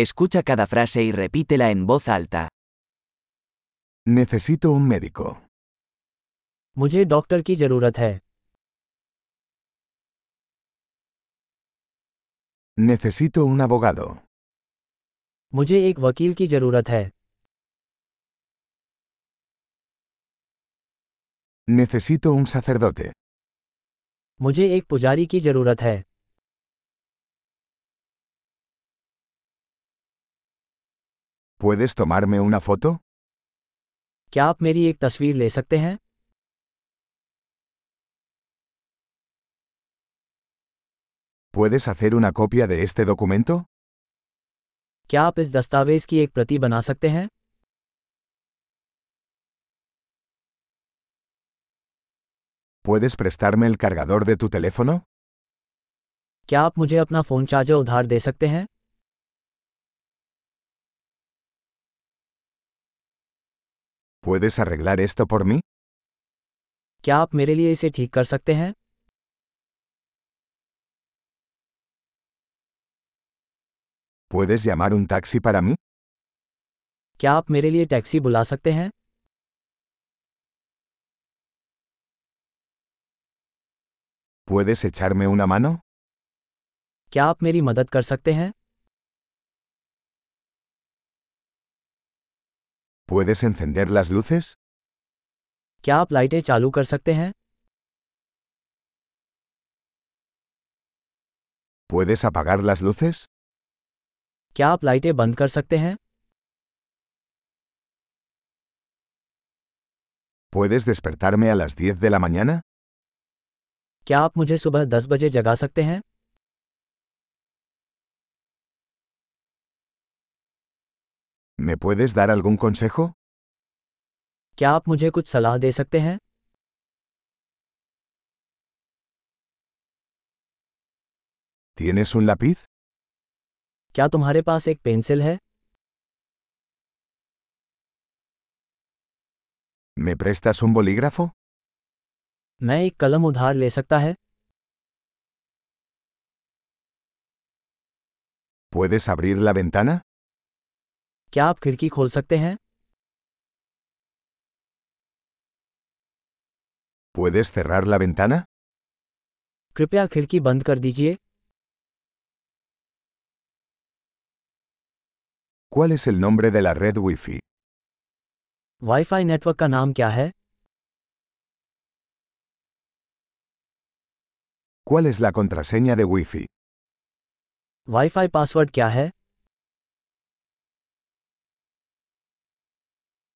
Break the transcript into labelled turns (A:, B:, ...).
A: Escucha cada frase y repítela en voz alta.
B: Necesito un médico.
C: मुझे डॉक्टर की जरूरत है
B: Necesito un abogado.
C: मुझे एक वकील की जरूरत है
B: Necesito un sacerdote.
C: मुझे एक पुजारी की जरूरत है
B: ¿Puedes tomarme una foto?
C: क्या आप मेरी एक तस्वीर ले सकते हैं
B: ¿Puedes hacer una copia de este documento?
C: क्या आप इस दस्तावेज की एक प्रति बना सकते हैं
B: ¿Puedes prestarme el cargador de tu teléfono?
C: क्या आप मुझे अपना फोन चार्जर उधार दे सकते हैं
B: ¿Puedes arreglar esto por mí?
C: क्या आप मेरे लिए इसे ठीक कर सकते हैं
B: ¿Puedes llamar un taxi para mí?
C: क्या आप मेरे लिए टैक्सी बुला सकते हैं
B: ¿Puedes echarme una mano?
C: क्या आप मेरी मदद कर सकते हैं
B: ¿Puedes encender las luces?
C: क्या आप लाइटें चालू कर सकते हैं
B: ¿Puedes apagar las luces?
C: क्या आप लाइटें बंद कर सकते हैं
B: ¿Puedes despertarme a las 10 de la mañana?
C: क्या आप मुझे सुबह दस बजे जगा सकते हैं
B: ¿Me puedes dar algún consejo?
C: क्या आप मुझे कुछ सलाह दे सकते हैं
B: ¿Tienes un lápiz?
C: क्या तुम्हारे पास एक पेंसिल है
B: ¿Me prestas un bolígrafo?
C: मैं एक कलम उधार ले सकता है
B: ¿Puedes abrir la ventana?
C: क्या आप खिड़की खोल सकते हैं
B: ¿Puedes cerrar la ventana?
C: कृपया खिड़की बंद कर दीजिए
B: ¿Cuál es el nombre de la red Wi-Fi?
C: वाईफाई नेटवर्क का नाम क्या है
B: ¿Cuál es la contraseña de Wi-Fi?
C: वाईफाई पासवर्ड क्या है